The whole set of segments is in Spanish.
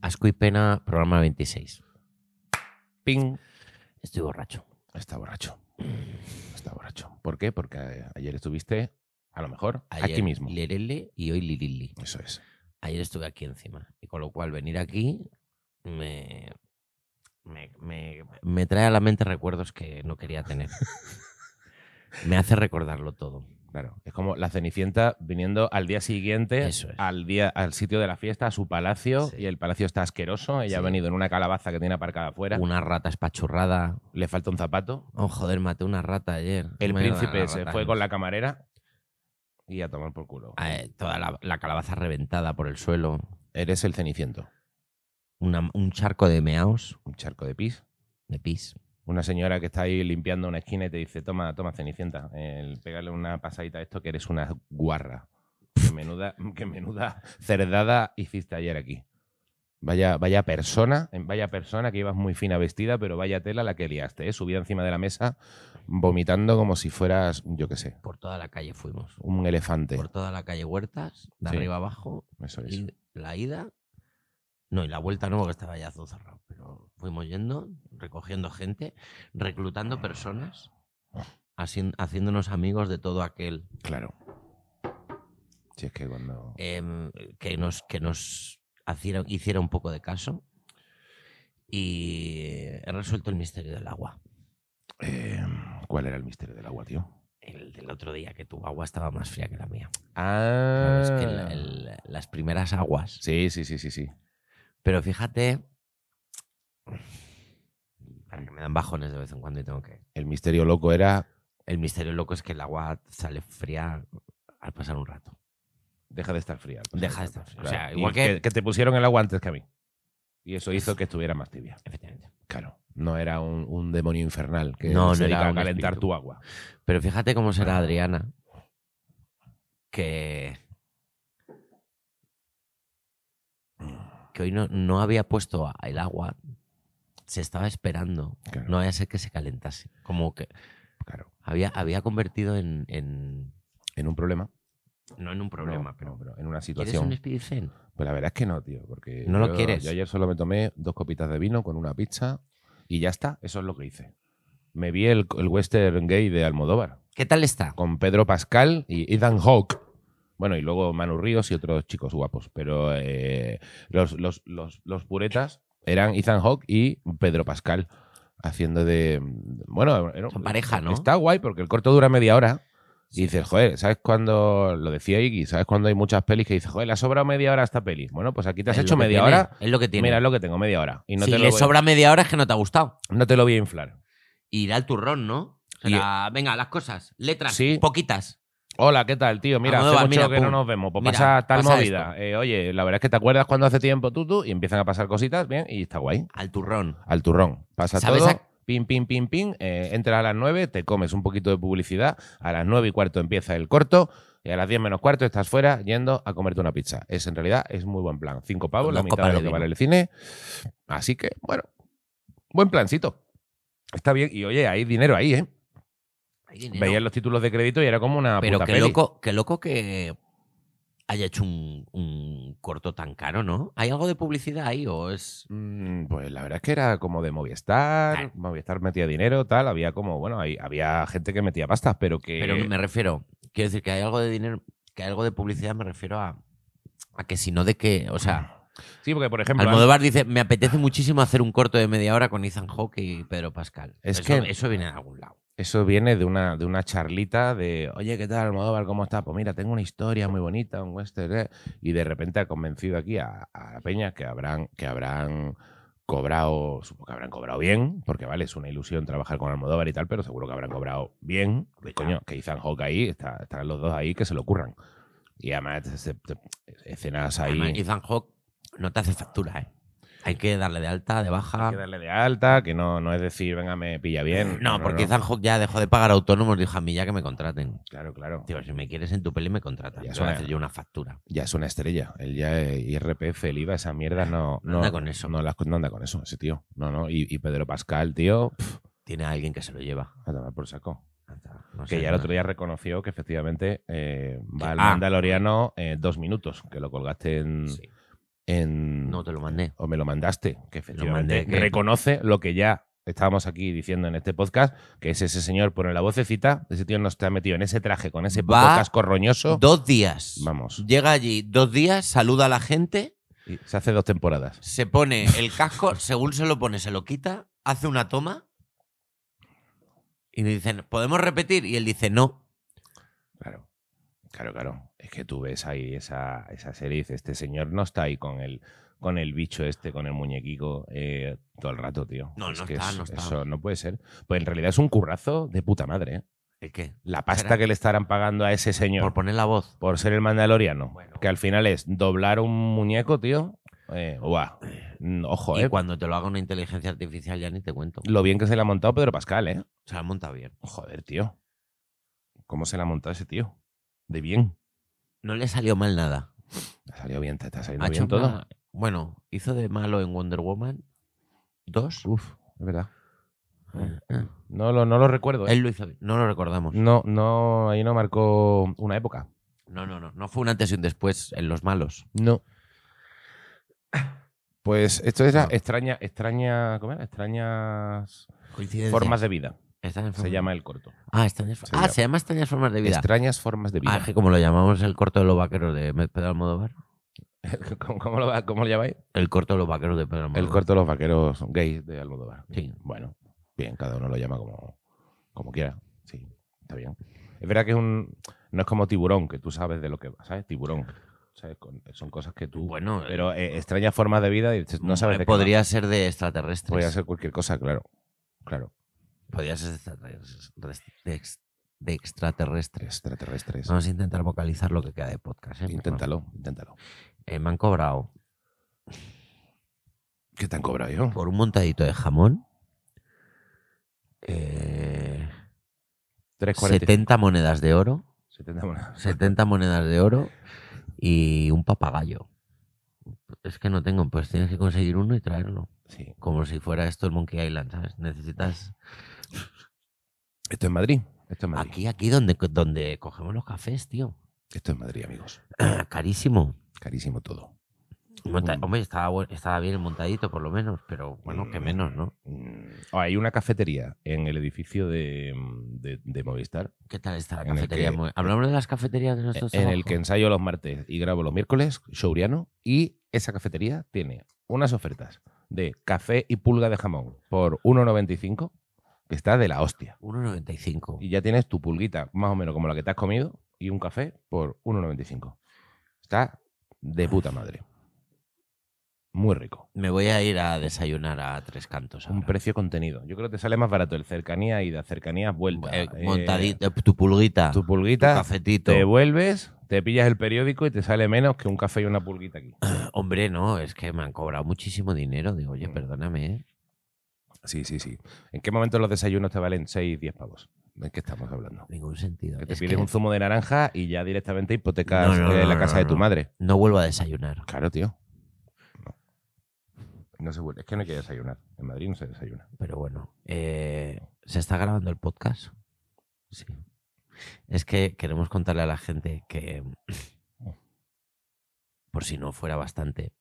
Asco y Pena, programa 26. Ping. Estoy borracho. Está borracho. Está borracho. ¿Por qué? Porque eh, ayer estuviste, a lo mejor, Ayer aquí mismo. Lerele y hoy Lirili. Eso es. Ayer estuve aquí encima. Y con lo cual venir aquí me, me, me- me trae a la mente recuerdos que no quería tener. me hace recordarlo todo. Claro. Es como la Cenicienta viniendo al día siguiente Eso es. al día al sitio de la fiesta, a su palacio, Sí. y el palacio está asqueroso. Ella ha Sí. venido en una calabaza que tiene aparcada afuera. Una rata espachurrada. Le falta un zapato. Oh, joder, maté una rata ayer. El Mierda, príncipe las se ratas fue no con sé. la camarera y a tomar por culo. Eh, toda la, la calabaza reventada por el suelo. Eres el Ceniciento. Una- un charco de meaos, Un charco de pis. de pis. Una señora que está ahí limpiando una esquina y te dice, toma, toma, Cenicienta, el pegarle una pasadita a esto que eres una guarra. Que menuda, que menuda cerdada hiciste ayer aquí. Vaya, vaya persona, eh, vaya persona que ibas muy fina vestida, pero vaya tela la que liaste, ¿eh? Subida encima de la mesa, vomitando como si fueras, yo qué sé, Por toda la calle fuimos. un elefante. Por toda la calle Huertas, de Sí. arriba abajo, Eso es. y la ida. No, y la vuelta no, porque estaba ya todo cerrado. Pero fuimos yendo, recogiendo gente, reclutando personas, haci- haciéndonos amigos de todo aquel Claro. Si es que cuando. em, que nos, que nos hiciera, hiciera un poco de caso. Y he resuelto el misterio del agua. Eh, ¿Cuál era el misterio del agua, tío? El del otro día que tu agua estaba más fría que la mía. Ah, Claro, es que el- el- las primeras aguas. Sí, sí, sí, sí, sí. Pero fíjate. para que me dan bajones de vez en cuando y tengo que. El misterio loco era El misterio loco es que el agua sale fría al pasar un rato. deja de estar fría. Deja de estar fría. O sea, Y igual que- te pusieron el agua antes que a mí. Y eso hizo que estuviera más tibia. Efectivamente. Claro. No era un, un demonio infernal que No, se no dedica era a un calentar espíritu. tu agua. Pero fíjate cómo será Adriana. Que. Que hoy no, no había puesto a- el agua. Se estaba esperando. Claro, No vaya a ser que se calentase. Como que claro. había, había convertido en, en- En un problema. No en un problema, No, pero. no, en una ¿Quieres un situación. Spirit Pues la verdad es que no, tío. Porque No lo yo- quieres. Yo ayer solo me tomé dos copitas de vino con una pizza y ya está. Eso es lo que hice. Me vi el, el western gay de Almodóvar ¿Qué tal está? con Pedro Pascal y Ethan Hawke. Bueno, y luego Manu Ríos y otros chicos guapos. Pero eh, los, los- los- los puretas eran Ethan Hawke y Pedro Pascal haciendo de... Bueno, era un- Son pareja, ¿no? está guay porque el corto dura media hora. Y Sí. dices, joder, ¿sabes cuando lo decía Iggy? ¿Sabes cuando hay muchas pelis que dices, joder, le ha sobrado media hora a esta peli? Bueno, pues aquí te has Es lo hecho que media tiene, hora. Es lo que tiene. Mira es lo que tengo, media hora. Y no, si te le lo voy, sobra media hora es que no te ha gustado. no te lo voy a inflar. Ir al turrón, ¿no? Y- e- Será, venga, las cosas. Letras, Sí. poquitas. Hola, ¿qué tal, tío? Mira, Almodóvar, hace mucho mira, que pum. no nos vemos. Pues Mira, pasa tal pasa movida. Eh, oye, la verdad es que te acuerdas cuando hace tiempo tú, tú, y empiezan a pasar cositas, bien, y está guay. Al turrón. Al turrón. Pasa ¿Sabes todo. a- Pim, pim, pim, pim. eh, entras a las 9, te comes un poquito de publicidad. A las 9 y cuarto empieza el corto. Y a las 10 menos cuarto estás fuera yendo a comerte una pizza. Es en realidad es muy buen plan. Cinco pavos, Con la dos mitad copas de de lo que vino. vale el cine. Así que, bueno, buen plancito. Está bien. Y oye, hay dinero ahí, ¿eh? Hay dinero. Veías los títulos de crédito y era como una Pero puta qué peli. loco, qué loco que haya hecho un, un corto tan caro, ¿no? ¿Hay algo de publicidad ahí o es...? Mm, Pues la verdad es que era como de Movistar, Claro. Movistar metía dinero, tal, había como, bueno, ahí había gente que metía pastas, pero que... Pero me refiero, quiero decir que hay algo de dinero, que hay algo de publicidad, me refiero a, a que si no de que, o sea... Sí, porque por ejemplo... Almodóvar dice, me apetece muchísimo hacer un corto de media hora con Ethan Hawke y Pedro Pascal. Es eso, que- eso viene de algún lado. Eso viene de una, de una charlita de, oye, ¿qué tal, Almodóvar? ¿Cómo está? Pues mira, tengo una historia muy bonita, un western, eh", y de repente ha convencido aquí a, a la peña que habrán, que habrán cobrado, supongo que habrán cobrado bien, porque vale, es una ilusión trabajar con Almodóvar y tal, pero seguro que habrán cobrado bien. Hombre, Pues Coño, que Ethan Hawke ahí, está- están los dos ahí que se lo curran. Y además, se- se- escenas ahí... Además, Ethan Hawke no te hace factura, ¿eh? Hay que darle de alta, de baja. Eh, Hay que darle de alta, que no, no es decir, venga, me pilla bien. No, porque no. Ethan Hawke ya dejó de pagar autónomos. Dijo a mí ya que me contraten. Claro, claro. Tío, si me quieres en tu peli, me contratas. Ya Te voy suena. a hacer yo una factura. Ya es una estrella. El ya eh, IRPF, el IVA, esa mierda no, No no- anda con eso. No, las- no anda con eso, ese tío. No, no. Y, y Pedro Pascal, tío, pf, Tiene a alguien que se lo lleva. a tomar por saco. No sé, que ya el no- otro día reconoció que efectivamente eh, va al Ah. Mandaloriano eh, dos minutos, que lo colgaste en, Sí. en, No te lo mandé. o me lo mandaste, que efectivamente mandé, que- reconoce lo que ya estábamos aquí diciendo en este podcast, que es ese señor pone la vocecita, ese tío nos está metido en ese traje con ese poco Va casco roñoso. Dos días. Vamos, Llega allí dos días, saluda a la gente, y se hace dos temporadas. se pone el casco, según se lo pone, se lo quita, hace una toma y le dicen, ¿podemos repetir? Y él dice, no. Claro, claro, claro. Es que tú ves ahí esa, esa serie y dices, este señor no está ahí con el, con el bicho este, con el muñequico eh, todo el rato, tío. No, no que está, es- no está. Eso no puede ser. Pues en realidad es un currazo de puta madre. ¿eh? ¿El qué? La pasta ¿Será? que le estarán pagando a ese señor Por poner la voz. por ser el mandaloriano, Bueno. que al final es doblar un muñeco, tío. Eh, ¡guau! Mm, Ojo, Y eh. cuando te lo haga una inteligencia artificial ya ni te cuento. Lo bien que se le ha montado Pedro Pascal, ¿eh? Se la monta bien. Joder, tío. ¿Cómo se le ha montado ese tío? De bien. No le salió mal nada. Ha salido bien, te está saliendo Ha hecho bien todo. una- Bueno, hizo de malo en Wonder Woman 2. Uf, es verdad. Eh, eh. No lo, no lo recuerdo. ¿eh? Él lo hizo bien. No lo recordamos. Ah. No, no, ahí no marcó una época. No, no, no. No fue un antes y un después en Los Malos. No. Pues esto es la No. extraña, extraña, ¿cómo era? Extrañas Coincidencia. formas de vida. Extrañas Se formas- llama el corto. Ah, extrañas for- se ah, llama- se llama Extrañas Formas de Vida. Extrañas formas de Ah, vida. es que como lo llamamos el corto de los vaqueros de Pedro Almodóvar. Ah, ¿Cómo, cómo lo, va- cómo lo llamáis? El corto de los vaqueros de Pedro Almodóvar. El corto de los vaqueros gays de Almodóvar. Sí. Bueno, bien, cada uno lo llama como, como quiera. Sí, está bien. Es verdad que es un, no es como tiburón, que tú sabes de lo que va, ¿sabes? Tiburón. ¿Sabes? Con- Son cosas que tú... Bueno, Pero eh, extrañas formas de vida y dices, no sabes de qué va. podría ser de extraterrestres. Podría ser cualquier cosa, claro. Claro, Podría ser de extraterrestres. De, ex- de extraterrestres. extraterrestres. Vamos a intentar vocalizar lo que queda de podcast. ¿eh? inténtalo, inténtalo. Eh, me han cobrado ¿Qué te han cobrado yo? por un montadito de jamón eh, 3.40. 70 monedas de oro, 70 monedas. 70 monedas de oro y un papagayo. Es que no tengo, pues tienes que conseguir uno y traerlo. Sí. Como si fuera esto el Monkey Island, ¿sabes? Necesitas... Esto es Madrid. Esto es Madrid. Aquí, aquí donde, donde cogemos los cafés, tío. Ah, Esto es Madrid, amigos. Carísimo. Carísimo todo. Monta- Mm. Hombre, estaba, buen- estaba bien el montadito, por lo menos, pero bueno, que menos, ¿no? Mm, ah, hay una cafetería en el edificio de, mm, de- de Movistar, ¿Qué tal está la En el cafetería? que- e, Mo- Hablamos de las cafeterías de nuestros en el que trabajos. ensayo los martes y grabo los miércoles, showriano, y esa cafetería tiene unas ofertas de café y pulga de jamón por 1,95, que está de la hostia. 1,95. Y ya tienes tu pulguita, más o menos como la que te has comido, y un café por 1,95. Está de puta madre. Muy rico. Me voy a ir a desayunar a Tres Cantos. Un ahora. precio contenido. Yo creo que te sale más barato el cercanía y de cercanías vuelta. Eh, eh, montadito, tu pulguita, tu, Tu pulguita, cafetito. te vuelves, te pillas el periódico y te sale menos que un café y una pulguita aquí. Hombre, no, es que me han cobrado muchísimo dinero. Digo, oye, Mm. perdóname. ¿eh? Sí, sí, sí. ¿En qué momento los desayunos te valen 6, 10 pavos? ¿De qué estamos hablando? Ningún sentido. Que te Es pides que un zumo de naranja y ya directamente hipotecas No, no, eh, no, la no, casa de tu no. madre. No vuelvo a desayunar. Claro, tío. No. No se vuelve. Es que no hay que desayunar. En Madrid no se desayuna. Pero bueno, eh, ¿se está grabando el podcast? Sí. Es que queremos contarle a la gente que, por si no fuera bastante,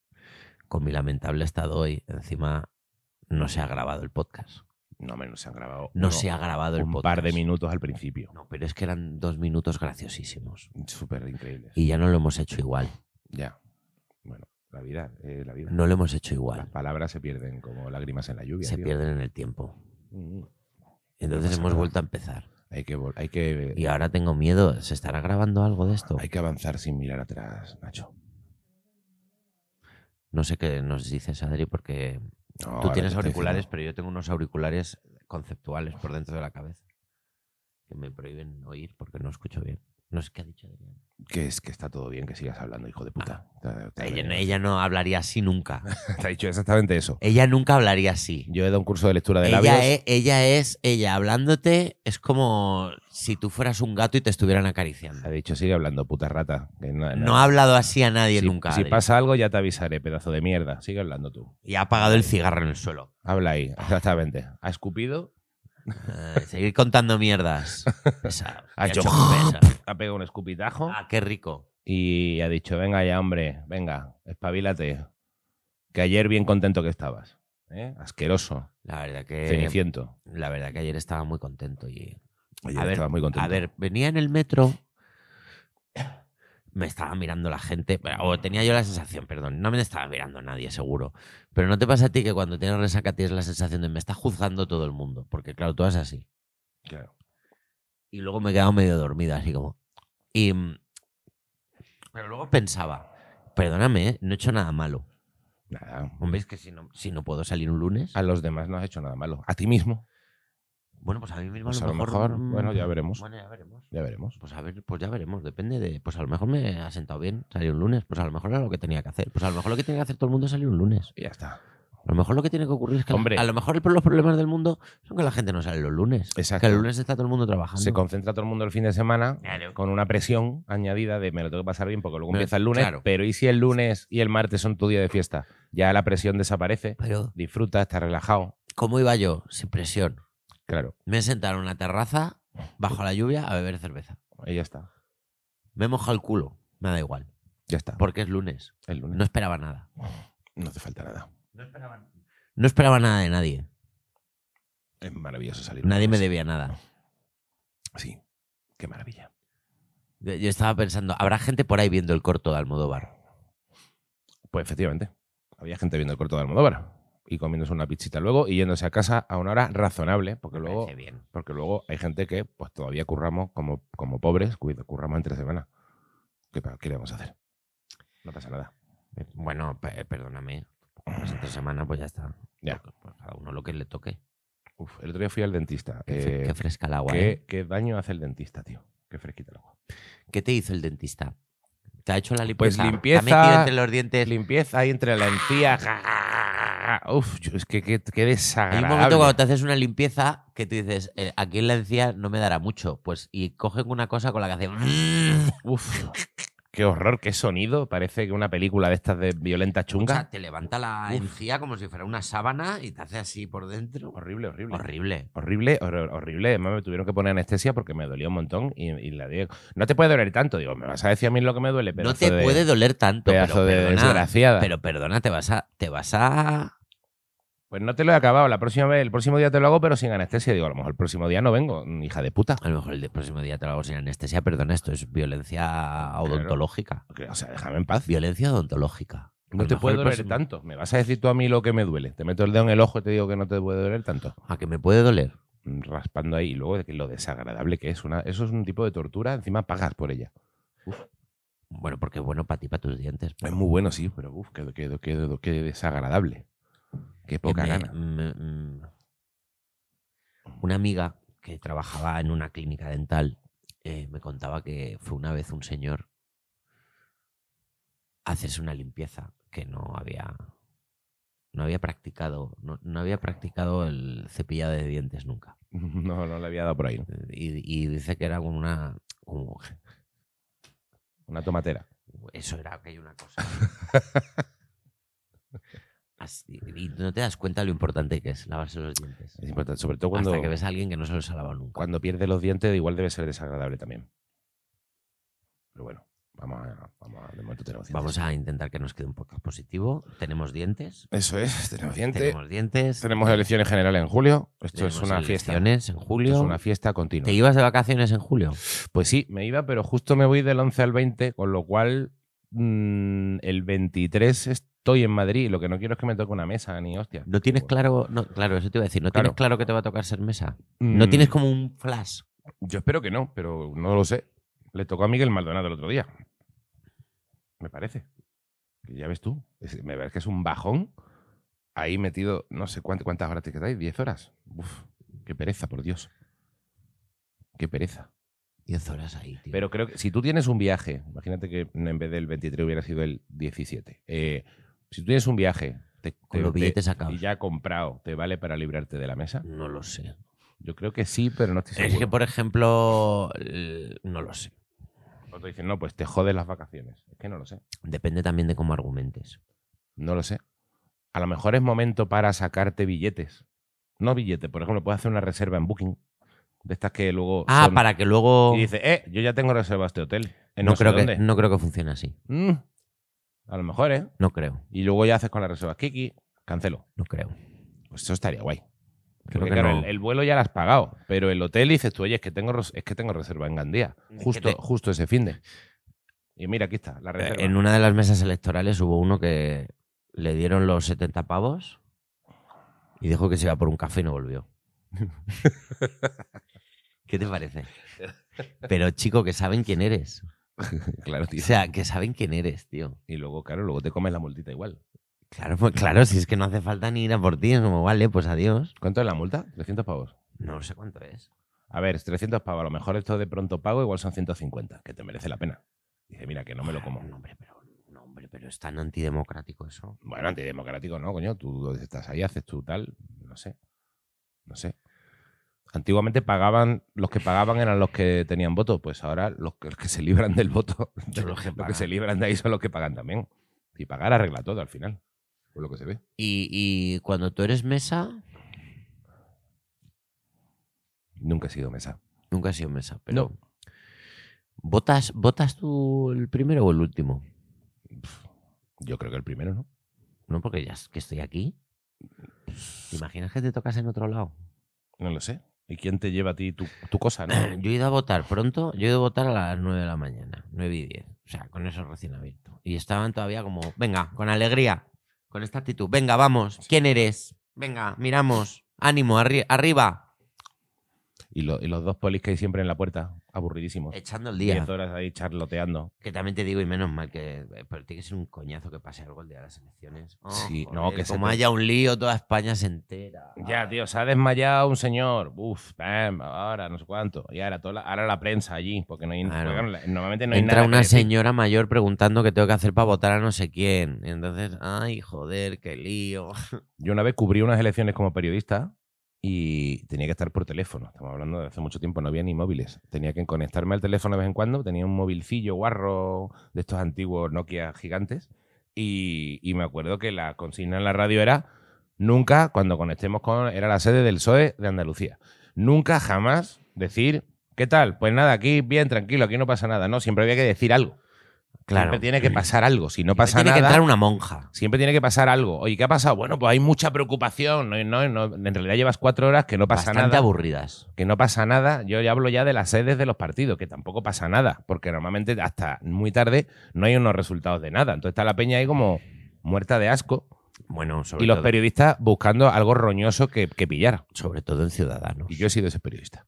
con mi lamentable estado hoy, encima no se ha grabado el podcast. No, menos se han grabado No, uno- se ha grabado el un podcast. par de minutos al principio. No, pero es que eran dos minutos graciosísimos. Súper increíbles. Y ya no lo hemos hecho igual. Ya. Bueno, la vida, eh, la vida. No lo hemos hecho Las igual. palabras se pierden como lágrimas en la lluvia. Se tío. pierden en el tiempo. Mm. Entonces pasa hemos nada. vuelto a empezar. Hay que, vol- hay que Y ahora tengo miedo. ¿Se estará grabando algo de esto? Hay que avanzar sin mirar atrás, Nacho. No sé qué nos dices, Adri, porque No, tú ahora tienes te estoy auriculares, diciendo- pero yo tengo unos auriculares conceptuales por dentro de la cabeza que me prohíben oír porque no escucho bien. No sé qué ha dicho Adrián. Que es que está todo bien que sigas hablando, hijo de puta. Te- te- Ella, no- ella no hablaría así nunca. Te ha dicho exactamente eso. Ella nunca hablaría así. Yo he dado un curso de lectura de labios. Ella es, ella es, ella hablándote es como si tú fueras un gato y te estuvieran acariciando. Ha dicho, sigue hablando, puta rata. que no, No ha hablado así a nadie si, nunca. si Adri. pasa algo ya te avisaré, pedazo de mierda. Sigue hablando tú. Y ha apagado el cigarro en el suelo. Habla ahí, exactamente. Ha escupido, Ah, seguir contando mierdas. Pesado. Ha Ya hecho- pesado. ha pegado un escupitajo Ah, qué rico. y ha dicho, venga ya, hombre, venga, espabilate. Que ayer bien contento que estabas. ¿eh? Asqueroso. La verdad que. Ceniciento. La verdad que ayer estaba muy contento y. Ayer a ver, estabas muy contento. A ver, venía en el metro. Me estaba mirando la gente, o tenía yo la sensación, perdón, no me estaba mirando nadie, seguro. Pero no te pasa a ti que cuando tienes resaca tienes la sensación de me está juzgando todo el mundo, porque claro, tú vas así. Claro. Y luego me he quedado medio dormida, así como. Y. mm, Pero luego pensaba, perdóname, ¿eh? no he hecho nada malo. Nada. Hombre, es que si no, si no puedo salir un lunes. A los demás no has hecho nada malo. A ti mismo. Bueno, pues a mí mismo Pues a lo mejor. mm, bueno, ya veremos. Bueno, ya veremos. Ya veremos. Pues a ver, pues ya veremos, depende de. Pues a lo mejor me ha sentado bien salir un lunes, pues a lo mejor era lo que tenía que hacer. Pues a lo mejor lo que tenía que hacer todo el mundo es salir un lunes. Y ya está. A lo mejor lo que tiene que ocurrir es que. la- Hombre. a lo mejor el- los problemas del mundo son que la gente no sale los lunes. Exacto. Que el lunes está todo el mundo trabajando. Se concentra todo el mundo el fin de semana Claro. con una presión añadida de me lo tengo que pasar bien porque luego Me- empieza el lunes. claro. Pero ¿y si el lunes y el martes son tu día de fiesta? Ya la presión desaparece, Pero, disfruta, estás relajado. ¿cómo iba yo? Sin presión. Claro, Me he sentado en una terraza, bajo la lluvia, a beber cerveza. ahí ya está. Me he mojado el culo. Me da igual. Ya está. Porque es lunes. El lunes. No esperaba nada. No hace falta nada. No esperaba nada de nadie. Es maravilloso salir. Nadie una me vez. debía nada. Sí. Qué maravilla. Yo yo estaba pensando, habrá gente por ahí viendo el corto de Almodóvar. Pues efectivamente. Había gente viendo el corto de Almodóvar y comiéndose una pizzita luego y yéndose a casa a una hora razonable, porque Me luego, parece bien. porque luego hay gente que pues todavía curramos como, como pobres, cuida, curramos entre semana. ¿Qué, pa- qué le vamos a hacer? No pasa nada. Eh, Bueno, pe- perdóname. Pues entre semana, pues ya está. Ya. Pues- pues cada uno lo que le toque. Uf, el otro día fui al dentista. Qué, fre- Eh, qué fresca el agua. qué- ¿eh? qué daño hace el dentista, tío? Qué fresquita el agua. ¿Qué te hizo el dentista? ¿Te ha hecho la Pues limpieza? limpieza- ¿Te ha metido entre los dientes? Limpieza ahí entre la encía. Uf, yo- es que qué, qué Hay un desagradable. momento cuando te haces una limpieza que tú dices, eh, aquí en la encía no me dará mucho. Pues y cogen una cosa con la que hacen. Uf, qué horror, qué sonido. Parece que una película de estas de violenta O chunga. sea, te levanta la encía como si fuera una sábana y te hace así por dentro. Horrible, horrible. Horrible. Horrible, hor- horrible. Además, me tuvieron que poner anestesia porque me dolía un montón y, y la digo, no te puede doler tanto. Digo, me vas a decir a mí lo que me duele, pero no te puede doler tanto, pedazo pero de perdona, desgraciada. pero perdona, te vas a, te vas a. Pues no te lo he acabado. La próxima vez, el próximo día te lo hago, pero sin anestesia. Digo, a lo mejor el próximo día no vengo, mm, hija de puta. A lo mejor el de- próximo día te lo hago sin anestesia, perdona, esto es violencia odontológica. Que, O sea, déjame en paz. Violencia odontológica. A No lo te mejor puede el doler próximo- tanto. Me vas a decir tú a mí lo que me duele. Te meto el dedo en el ojo y te digo que no te puede doler tanto. A que me puede doler. Mm, Raspando ahí y luego de que lo desagradable que es. Una, eso es un tipo de tortura. Encima pagas por ella. Bueno, porque es bueno para ti, para tus dientes. Es pero muy bueno, sí, pero uff, qué, qué- qué- qué desagradable. Qué que poca me- gana. me- mm. una amiga que trabajaba en una clínica dental eh, me contaba que fue una vez un señor a hacerse una limpieza que no había no había practicado no, no había practicado el cepillado de dientes nunca No, no le había dado por ahí. y, y dice que era como una como- Una tomatera. eso era aquello una cosa Así- y no te das cuenta lo importante que es lavarse los dientes Es importante. Sobre todo cuando, Hasta que ves a alguien que no se los ha lavado nunca. cuando pierde los dientes, igual debe ser desagradable también. Pero bueno, vamos a. Vamos a de momento tenemos dientes. Vamos a intentar que nos quede un poco positivo. Tenemos dientes. Eso es, tenemos dientes. Tenemos, Tenemos dientes. elecciones generales en julio. Esto es tenemos una fiesta. Esto elecciones en julio. es una fiesta continua. ¿Te ibas de vacaciones en julio? Pues sí, me iba, pero justo me voy del 11 al 20, con lo cual mm, el 23 estoy en Madrid. Lo que no quiero es que me toque una mesa ni hostia. ¿No tienes claro? No, claro, eso te iba a decir. ¿No Claro. tienes claro que te va a tocar ser mesa? Mm, ¿No tienes como un flash? Yo espero que no, pero no lo sé. Le tocó a Miguel Maldonado el otro día. Me parece. Que ya ves tú. Es- me parece que es un bajón. Ahí metido, no sé cuántas, cuántas horas te quedáis, 10 horas. Uf, qué pereza, por Dios. Qué pereza. 10 horas ahí, tío. Pero creo que si tú tienes un viaje, imagínate que en vez del 23 hubiera sido el 17. eh, si tú tienes un viaje te- te- los te- billetes sacados. y ya comprado, ¿te vale para librarte de la mesa? no lo sé. Yo creo que sí, pero no estoy seguro. Es que, por ejemplo, el- no lo sé. Otros dicen, no, pues te jodes las vacaciones. Es que no lo sé. Depende también de cómo argumentes. No lo sé. A lo mejor es momento para sacarte billetes. No billetes, por ejemplo, puedes hacer una reserva en Booking. De estas que luego. Ah, son- para que luego. Y dices, eh, yo ya tengo reservado este hotel. en no, sé creo que, dónde". no creo que funcione así. Mm, A lo mejor, ¿eh? No creo, Y luego ya haces con las reservas. Kiki, cancelo. no creo. Pues eso estaría guay. Creo Porque, que claro, no. el, el vuelo ya lo has pagado, pero el hotel dices tú, oye, es que tengo, res- es que tengo reserva en Gandía. Es que Justo, te- Eh, justo ese fin de. Y mira, aquí está, la reserva. En una de las mesas electorales hubo uno que le dieron los 70 pavos y dijo que se iba por un café y no volvió. ¿Qué te parece? Pero chico, que saben quién eres. Claro, O tío. sea, que saben quién eres, tío. Y luego, claro, luego te comes la multita igual. Claro, pues, claro, si es que no hace falta ni ir a por ti, es como, vale, pues adiós. ¿Cuánto es la multa? 300 pavos. No sé cuánto es. A ver, 300 pavos. A lo mejor esto de pronto pago igual son 150, que te merece la pena. Dice, mira, que no me lo como. No, hombre, pero, no, hombre, pero es tan antidemocrático eso. Bueno, antidemocrático, ¿no, coño? Tú estás ahí, haces tú tal, no sé. No sé. Antiguamente pagaban, los que pagaban eran los que tenían voto, pues ahora los que, los que se libran del voto, Son los que pagan. se libran de ahí son los que pagan también. Y pagar arregla todo al final, por lo que se ve. Y, y cuando tú eres mesa, Nunca he sido mesa. nunca has sido mesa, pero. ¿Votas, ¿Votas tú el primero o el último? Yo creo que el primero, ¿no? No, porque ya es que estoy aquí. ¿Te imaginas que te tocas en otro lado? No lo sé. ¿Y quién te lleva a ti tu, tu cosa, no? Yo he ido a votar pronto, yo he ido a votar a las 9 de la mañana, 9 y 10. O sea, con eso recién abierto. Y estaban todavía como, venga, con alegría, con esta actitud, venga, vamos, ¿quién eres? Venga, miramos, ánimo, arri- arriba, y, lo- y los dos polis que hay siempre en la puerta, aburridísimos. echando el día. Diez horas ahí charloteando. Que también te digo, y menos mal que. eh, Pero tiene que ser un coñazo que pase algo el día de las elecciones. Oh, Sí, no, que se Como te- haya un lío, toda España se entera. Ya, tío, se ha desmayado un señor. Uf, pam, ahora no sé cuánto. Y ahora, toda la, ahora la prensa allí, porque no hay, Claro. porque no- normalmente no hay Entra nada. que una decir. señora mayor preguntando qué tengo que hacer para votar a no sé quién. Entonces, ay, joder, qué lío. Yo una vez cubrí unas elecciones como periodista y tenía que estar por teléfono. Estamos hablando de hace mucho tiempo, no había ni móviles. Tenía que conectarme al teléfono de vez en cuando. Tenía un movilcillo guarro de estos antiguos Nokia gigantes. Y, y me acuerdo que la consigna en la radio era: nunca, cuando conectemos con. Era la sede del PSOE E de Andalucía. Nunca, jamás decir: ¿qué tal? Pues nada, aquí bien, tranquilo, aquí no pasa nada. No, siempre había que decir algo. Claro. Siempre tiene que pasar algo. Si no pasa Tiene nada. que entrar una monja. Siempre tiene que pasar algo. Oye, ¿qué ha pasado? Bueno, pues hay mucha preocupación. No, no, no, en realidad llevas cuatro horas que no pasa bastante nada. aburridas. Que no pasa nada. Yo ya hablo ya de las sedes de los partidos, que tampoco pasa nada. Porque normalmente hasta muy tarde no hay unos resultados de nada. Entonces está la peña ahí como muerta de asco. Bueno, sobre, y los todo, periodistas buscando algo roñoso que, que pillar. sobre todo en Ciudadanos. Y yo he sido ese periodista.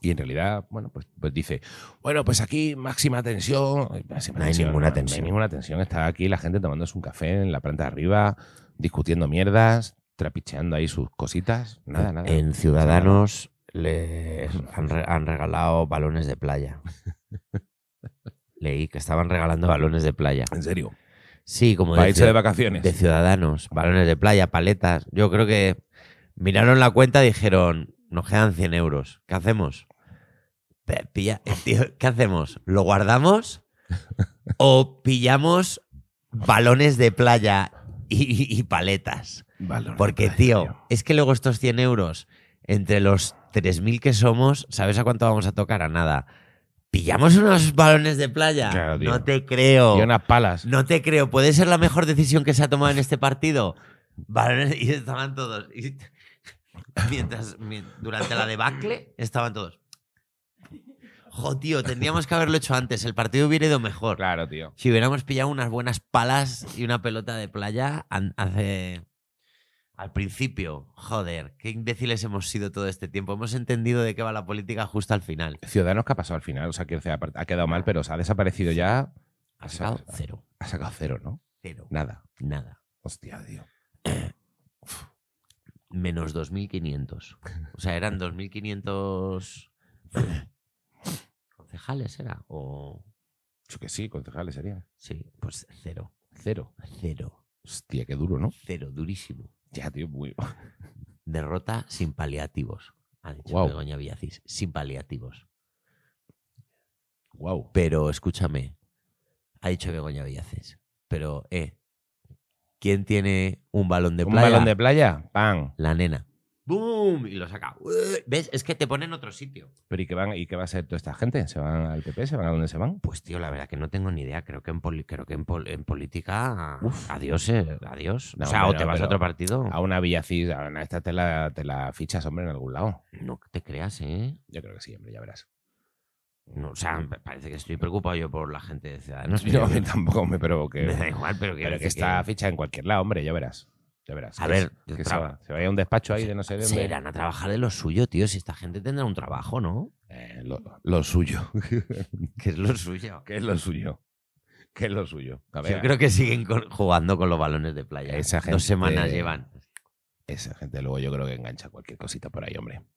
Y en realidad, bueno, pues, pues dice, bueno, pues aquí máxima tensión. Ay, máxima No hay ninguna no, no hay tensión. ninguna tensión. Está aquí la gente tomándose un café en la planta de arriba, discutiendo mierdas, trapicheando ahí sus cositas. Nada, nada. En Ciudadanos les han, re- han regalado balones de playa. Leí que estaban regalando balones de playa. en serio. Sí, como Para de irse de ciu- vacaciones. de Ciudadanos, balones de playa, paletas. Yo creo que miraron la cuenta y dijeron, nos quedan 100 euros. ¿Qué hacemos? Pe- pilla- eh, tío, ¿Qué hacemos? ¿Lo guardamos o pillamos balones de playa y- y- y paletas? Valor, Porque, vaya, tío, es que luego estos 100 euros, entre los 3.000 que somos, ¿sabes a cuánto vamos a tocar? A nada. ¿Pillamos unos balones de playa? Claro, tío. no te creo. Y unas palas. No te creo. ¿Puede ser la mejor decisión que se ha tomado en este partido? Balones, y estaban todos. y- mientras, mi- durante la debacle, estaban todos. Jo, tío, tendríamos que haberlo hecho antes. El partido hubiera ido mejor. Claro, tío. Si hubiéramos pillado unas buenas palas y una pelota de playa an- hace. Al principio, joder, qué imbéciles hemos sido todo este tiempo. Hemos entendido de qué va la política justo al final. Ciudadanos, ¿qué ha pasado al final? O sea, que se ha, ha quedado mal, pero se ha desaparecido ya. Ha sacado cero. Ha sacado cero, ¿no? Cero. Nada. Nada. Hostia, tío. Menos 2.500. O sea, eran 2.500 concejales, ¿era? O. Yo que sí, concejales serían. Sí, pues cero. Cero. Cero. Hostia, qué duro, ¿no? Cero. Durísimo. Ya, tío, muy. Derrota sin paliativos. Ha dicho Guau. Begoña Villacís. Sin paliativos. Wow. Pero escúchame, ha dicho Begoña Villacés. Pero, eh, ¿quién tiene un balón de un playa? balón de playa, pan. La nena. ¡Pum! Y lo saca. Ue, ¿Ves? Es que te pone en otro sitio. Pero ¿y qué, van, ¿y qué va a ser toda esta gente? ¿Se van al PP? ¿Se van a dónde se van? Pues tío, la verdad que no tengo ni idea. Creo que en, poli- creo que en, pol- en política, Uf. adiós, eh, adiós. No, o sea, hombre, o te no, vas pero- a otro partido. A una Villacís, a una esta te la, te la fichas, hombre, en algún lado. No te creas, ¿eh? Yo creo que sí, hombre, ya verás. No, o sea, me parece que estoy preocupado yo por la gente de Ciudadanos. Yo pero a mí tampoco me provoqué. me da igual, pero, quiero Pero que decir está ficha en cualquier lado, hombre, ya verás. Ya verás. A Que ver, se- que se, traba- va, se vaya a un despacho ahí de no sé dónde. se irán a trabajar de lo suyo, tío. Si esta gente tendrá un trabajo, ¿no? Eh, lo, lo suyo. Que es lo suyo. ¿Qué es lo suyo? ¿Qué es lo suyo? A ver, Yo creo que siguen con- jugando con los balones de playa. Esa gente- Dos semanas llevan. esa gente luego yo creo que engancha cualquier cosita por ahí, hombre.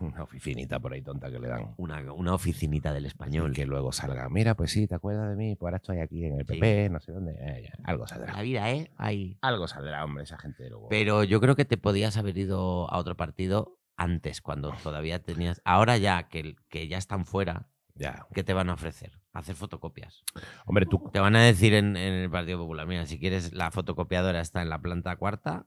Una oficinita por ahí tonta que le dan. Una, una oficinita del español. Y que luego salga, mira, pues sí, ¿te acuerdas de mí? Pues ahora estoy aquí en el PP, no sé dónde. Eh, ya, algo saldrá. La vida, ¿eh? Ahí. Algo saldrá, hombre, esa gente luego. Pero yo creo que te podías haber ido a otro partido antes, cuando todavía tenías. Ahora ya, que, que ya están fuera, Ya. ¿qué te van a ofrecer? Hacer fotocopias. Hombre, tú, Te van a decir en, en el Partido Popular: mira, si quieres, la fotocopiadora está en la planta cuarta.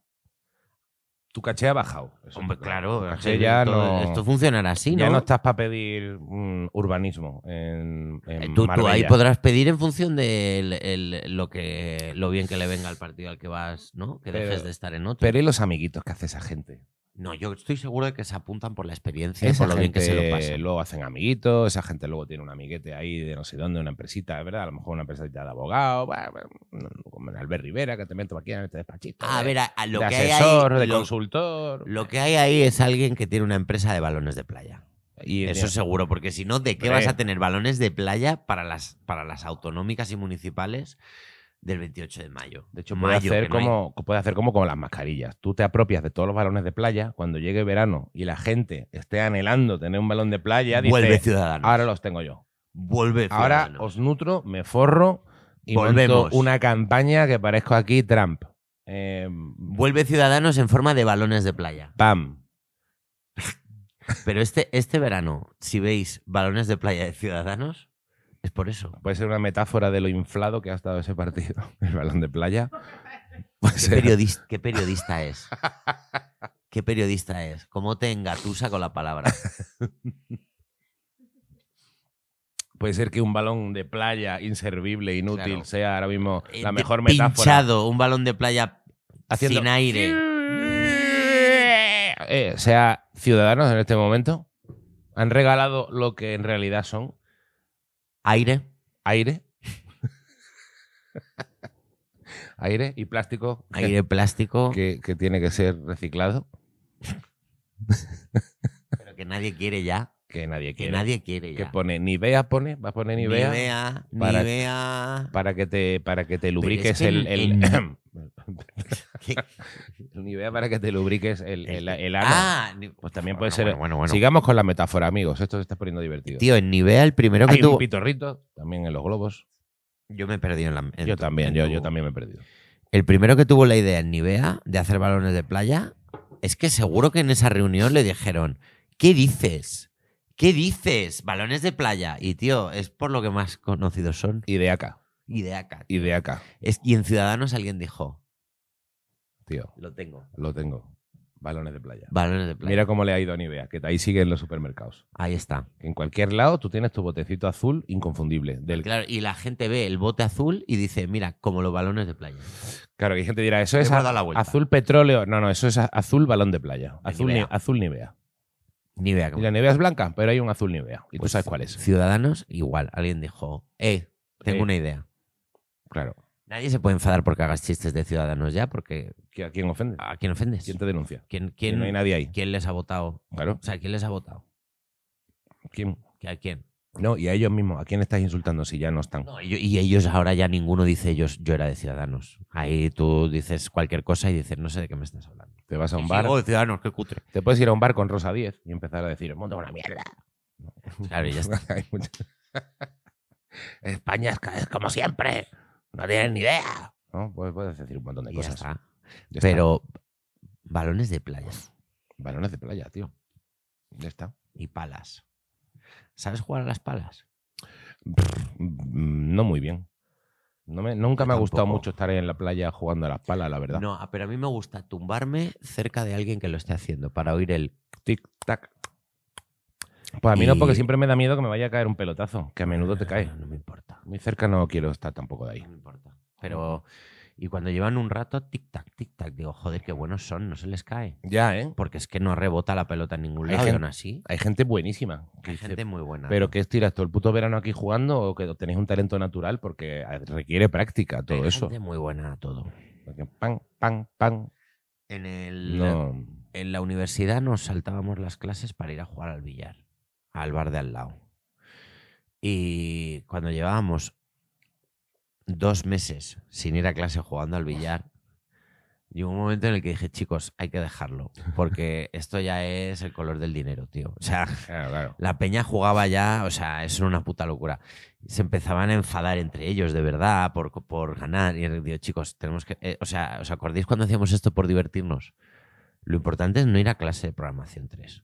tu caché ha bajado. Eso Hombre, está Tu claro, caché esto- ya esto, no... esto funcionará así, ¿no? Ya Eh, no estás para pedir mm, urbanismo en, en Eh, Tú, tú ahí Marbella. podrás pedir en función de el- el- lo, que, lo bien que le venga al partido al que vas, ¿no? Que Pero- dejes de estar en otro. Pero ¿y los amiguitos que hace esa gente? no, yo estoy seguro de que se apuntan por la experiencia, y esa por lo bien que se gente lo pasan. luego hacen amiguitos, esa gente luego tiene un amiguete ahí de no sé dónde, una empresita, es verdad, a lo mejor una empresita de abogado, bah, bah, mm, como el Albert Rivera, que te meto aquí en este despachito. Ah, A de- ver, a, a lo de que asesor, hay ahí, de lo, consultor. lo que hay ahí es alguien que tiene una empresa de balones de playa. y de- Eso seguro, porque si no, ¿de qué Hombre. vas a tener balones de playa para las, para las autonómicas y municipales del 28 de mayo? De hecho, puede mayo, hacer, que no hay- como, puede hacer como con las mascarillas. Tú te apropias de todos los balones de playa. Cuando llegue verano y la gente esté anhelando tener un balón de playa, dice, Vuelve ciudadano. ahora los tengo yo. Vuelve Ahora Ciudadanos. os nutro, me forro y Volvemos. monto una campaña que parezco aquí Trump. Eh, Vuelve Ciudadanos en forma de balones de playa. pam. Pero este, este verano, si veis balones de playa de Ciudadanos, es por eso. Puede ser una metáfora de lo inflado que ha estado ese partido, el balón de playa. Pues Puede ¿Qué, ser- periodis- qué periodista es? ¿Qué periodista es? ¿Cómo te engatusa con la palabra? puede ser que un balón de playa inservible, inútil, Claro. sea ahora mismo la Eh, mejor pinchado, metáfora. un balón de playa Haciendo- sin aire. Eh, sea ciudadanos en este momento, han regalado lo que en realidad son Aire. aire. aire y plástico. Aire plástico que, que tiene que ser reciclado, pero que nadie quiere ya. que nadie Que quiere. nadie quiere que ya. pone ni vea pone, va a poner ni vea, vea ni para- vea. para que te para que te lubriques es que el, en- el- ¿Qué? ni vea para que te lubriques el, el, el ano. Ah, ni- pues también puede bueno, ser. Bueno, bueno, bueno. Sigamos con la metáfora, amigos. Esto se está poniendo divertido. Tío, en Nivea el primero que Hay un tuvo. pitorrito también en los globos. Yo me he perdido en la. en yo tu- también, en yo, tu- yo también me he perdido. El primero que tuvo la idea en Nivea de hacer balones de playa es que seguro que en esa reunión le dijeron: ¿Qué dices? ¿Qué dices? Balones de playa. Y tío, es por lo que más conocidos son. Ideaca, Ideaca. tío. ideaca, Es- y en Ciudadanos alguien dijo: tío. Lo tengo. Lo tengo. Balones de playa. Balones de playa. Mira cómo le ha ido a Nivea, que ahí sigue en los supermercados. Ahí está. En cualquier lado tú tienes tu botecito azul inconfundible. Del, Claro, y la gente ve el bote azul y dice: Mira, como los balones de playa. Claro, que hay gente que dirá, eso Le es hemos a- dado la vuelta. azul petróleo. No, no, eso es a- azul balón de playa. De Azul, Nivea. ni- azul Nivea. Nivea. Y la Nivea es blanca, pero hay un azul Nivea. Y Pues tú sabes cuál es. Ciudadanos, igual. Alguien dijo: Eh, tengo Eh. una idea. Claro. Nadie se puede enfadar porque hagas chistes de Ciudadanos ya, porque ¿Qui- ¿A quién ofende? ¿a quién ofendes? ¿Quién te denuncia? ¿Quién, Que Ah, quién- no hay nadie ahí. quién les ha votado? Claro. O sea, ¿quién les ha votado? ¿Quién? ¿Que ¿A quién? No, y a ellos mismos. ¿A quién estás insultando si ya no están? No, y, y ellos ahora ya ninguno dice ellos, yo era de Ciudadanos. Ahí tú dices cualquier cosa y dices, no sé de qué me estás hablando. Te vas a un Sí, bar. sí, oh, de Ciudadanos, qué cutre. Te puedes ir a un bar con Rosa 10 y empezar a decir, el mundo es una mierda. Claro, y ya está. Hay mucha- España es, ca- es como siempre. No tienen ni idea. ¿No? Puedes, puedes decir un montón de Y ya cosas. está. Ya está. Pero balones de playa Balones de playa, tío. Ya está. y palas. ¿Sabes jugar a las palas? Mm, No muy bien. No me- nunca me ha gustado Tampoco. mucho estar en la playa jugando a las palas, la verdad. No, ah, pero a mí me gusta tumbarme cerca de alguien que lo esté haciendo para oír el tic-tac. Pues a mí no, porque Y- siempre me da miedo que me vaya a caer un pelotazo, que a menudo te cae. No, me importa. Muy cerca no quiero estar tampoco de ahí. No me importa. Pero, y cuando llevan un rato, tic-tac, tic-tac, digo, joder, qué buenos son, no se les cae. Ya, ¿eh? Porque es que no rebota la pelota en ningún Hay lado y gen- aún así. Hay gente buenísima. que Hay dice, gente muy buena. Pero que estiras todo el puto verano aquí jugando o que tenéis un talento natural porque requiere práctica todo Hay eso. gente muy buena a todo. Porque Pan, pan, pan. En, el, No. en la universidad nos saltábamos las clases para ir a jugar al billar, al bar de al lado. Y cuando llevábamos dos meses sin ir a clase jugando al billar, llegó un momento en el que dije, chicos, hay que dejarlo, porque esto ya es el color del dinero, tío. O sea, Claro, claro. la peña jugaba ya, o sea, es una puta locura. Se empezaban a enfadar entre ellos, de verdad, por, por ganar. Y digo, chicos, tenemos que. eh, o sea, ¿os acordáis cuando hacíamos esto por divertirnos? Lo importante es no ir a clase de programación 3.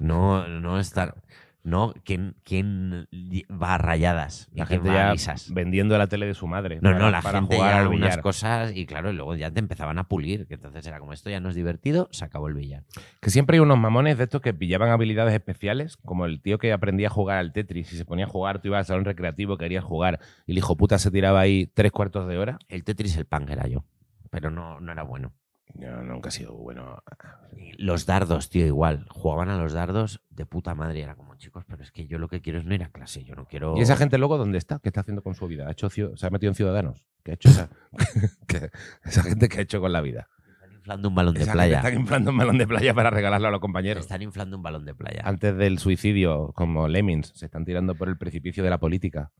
No, no estar. No, ¿quién, quién va a rayadas? ¿Y La quién gente va a ya misas? vendiendo la tele de su madre. No, para- no, la para gente jugar ya al algunas billar. cosas y claro, y luego ya te empezaban a pulir. Que entonces era como esto ya no es divertido, se acabó el billar. Que siempre hay unos mamones de estos que pillaban habilidades especiales, como el tío que aprendía a jugar al Tetris y se ponía a jugar, tú ibas al salón recreativo, querías jugar y el hijo puta se tiraba ahí tres cuartos de hora. El Tetris, el punk era yo, pero no, no era bueno. Yo nunca he sido bueno. Y Los dardos, tío, igual. Jugaban a los dardos de puta madre. Era como, chicos, pero es que yo lo que quiero es no ir a clase. Yo no quiero. ¿Y esa gente luego dónde está? ¿Qué está haciendo con su vida? ¿Ha hecho, ciu- ¿Se ha metido en Ciudadanos? ¿Qué ha hecho esa, qué- esa gente que ha hecho con la vida? Están inflando un balón de Esa playa. gente Están inflando un balón de playa para regalarlo a los compañeros. Están inflando un balón de playa. Antes del suicidio, como Lemmings, se están tirando por el precipicio de la política.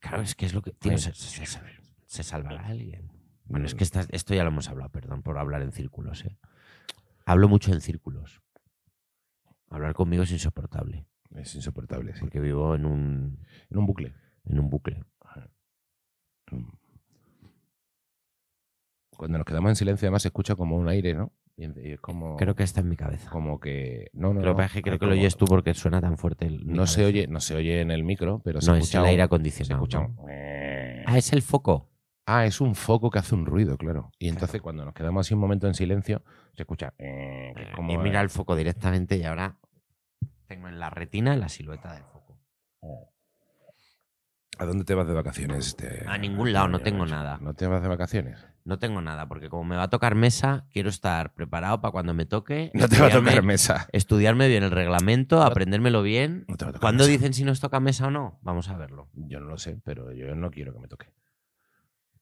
Claro, es que es lo que. tío, Sí. se, se- se- se salvará alguien. Bueno, Mm. es que esta- esto ya lo hemos hablado, perdón por hablar en círculos. ¿eh? Hablo mucho en círculos. Hablar conmigo es insoportable. Mm, Es insoportable, sí. Porque vivo en un, En un bucle. en un bucle. Cuando nos quedamos en silencio, además se escucha como un aire, ¿no? Y en- y es como, Creo que está en mi cabeza. como que. No, no. Lo Oh. no, que pasa es que creo hay que lo como- oyes tú porque suena tan fuerte. el- mi No se, cabeza. oye, no se oye en el micro, pero se No, es escucha. el un- aire se acondicionado. escucha ¿no? un- Ah, es el foco. Ah, es un foco que hace un ruido, claro. Y entonces cuando nos quedamos así un momento en silencio, se escucha. eh, que es como, y mira el foco directamente y ahora tengo en la retina la silueta del foco. eh, ¿A dónde te vas de vacaciones? este- A ningún lado, no este año, tengo macho? nada. ¿No te vas de vacaciones? No tengo nada, porque como me va a tocar mesa, quiero estar preparado para cuando me toque. No te va a tocar estudiarme- mesa. Estudiarme bien el reglamento, aprendérmelo bien. No te va a tocar ¿Cuándo mesa. dicen si nos toca mesa o no? Vamos a verlo. Yo no lo sé, pero yo no quiero que me toque.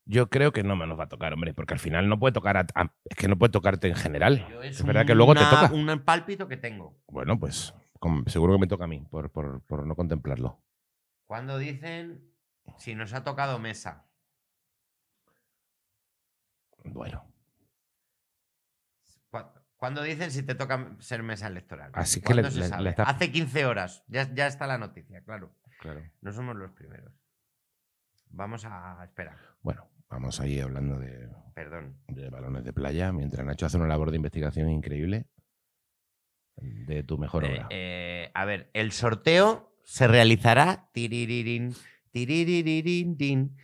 Yo creo que no me nos va a tocar, hombre, porque al final no puede tocar. a- a- es que no puede tocarte en general. Yo es verdad que luego te una- toca. Un pálpito que tengo. Bueno, pues com- seguro que me toca a mí por, por- por no contemplarlo. ¿Cuándo dicen si nos ha tocado mesa? Bueno, ¿Cu- ¿Cuándo dicen si te toca ser mesa electoral? Así que le- ¿Cuándo se le- sabe? le estás- Hace 15 horas. Ya, ya está la noticia, claro. claro. No somos los primeros. Vamos a esperar. Bueno, vamos ahí hablando de, Perdón. de balones de playa mientras Nacho hace una labor de investigación increíble de tu mejor Eh, obra. eh, a ver, el sorteo se realizará tiriririn, tiririririn, din,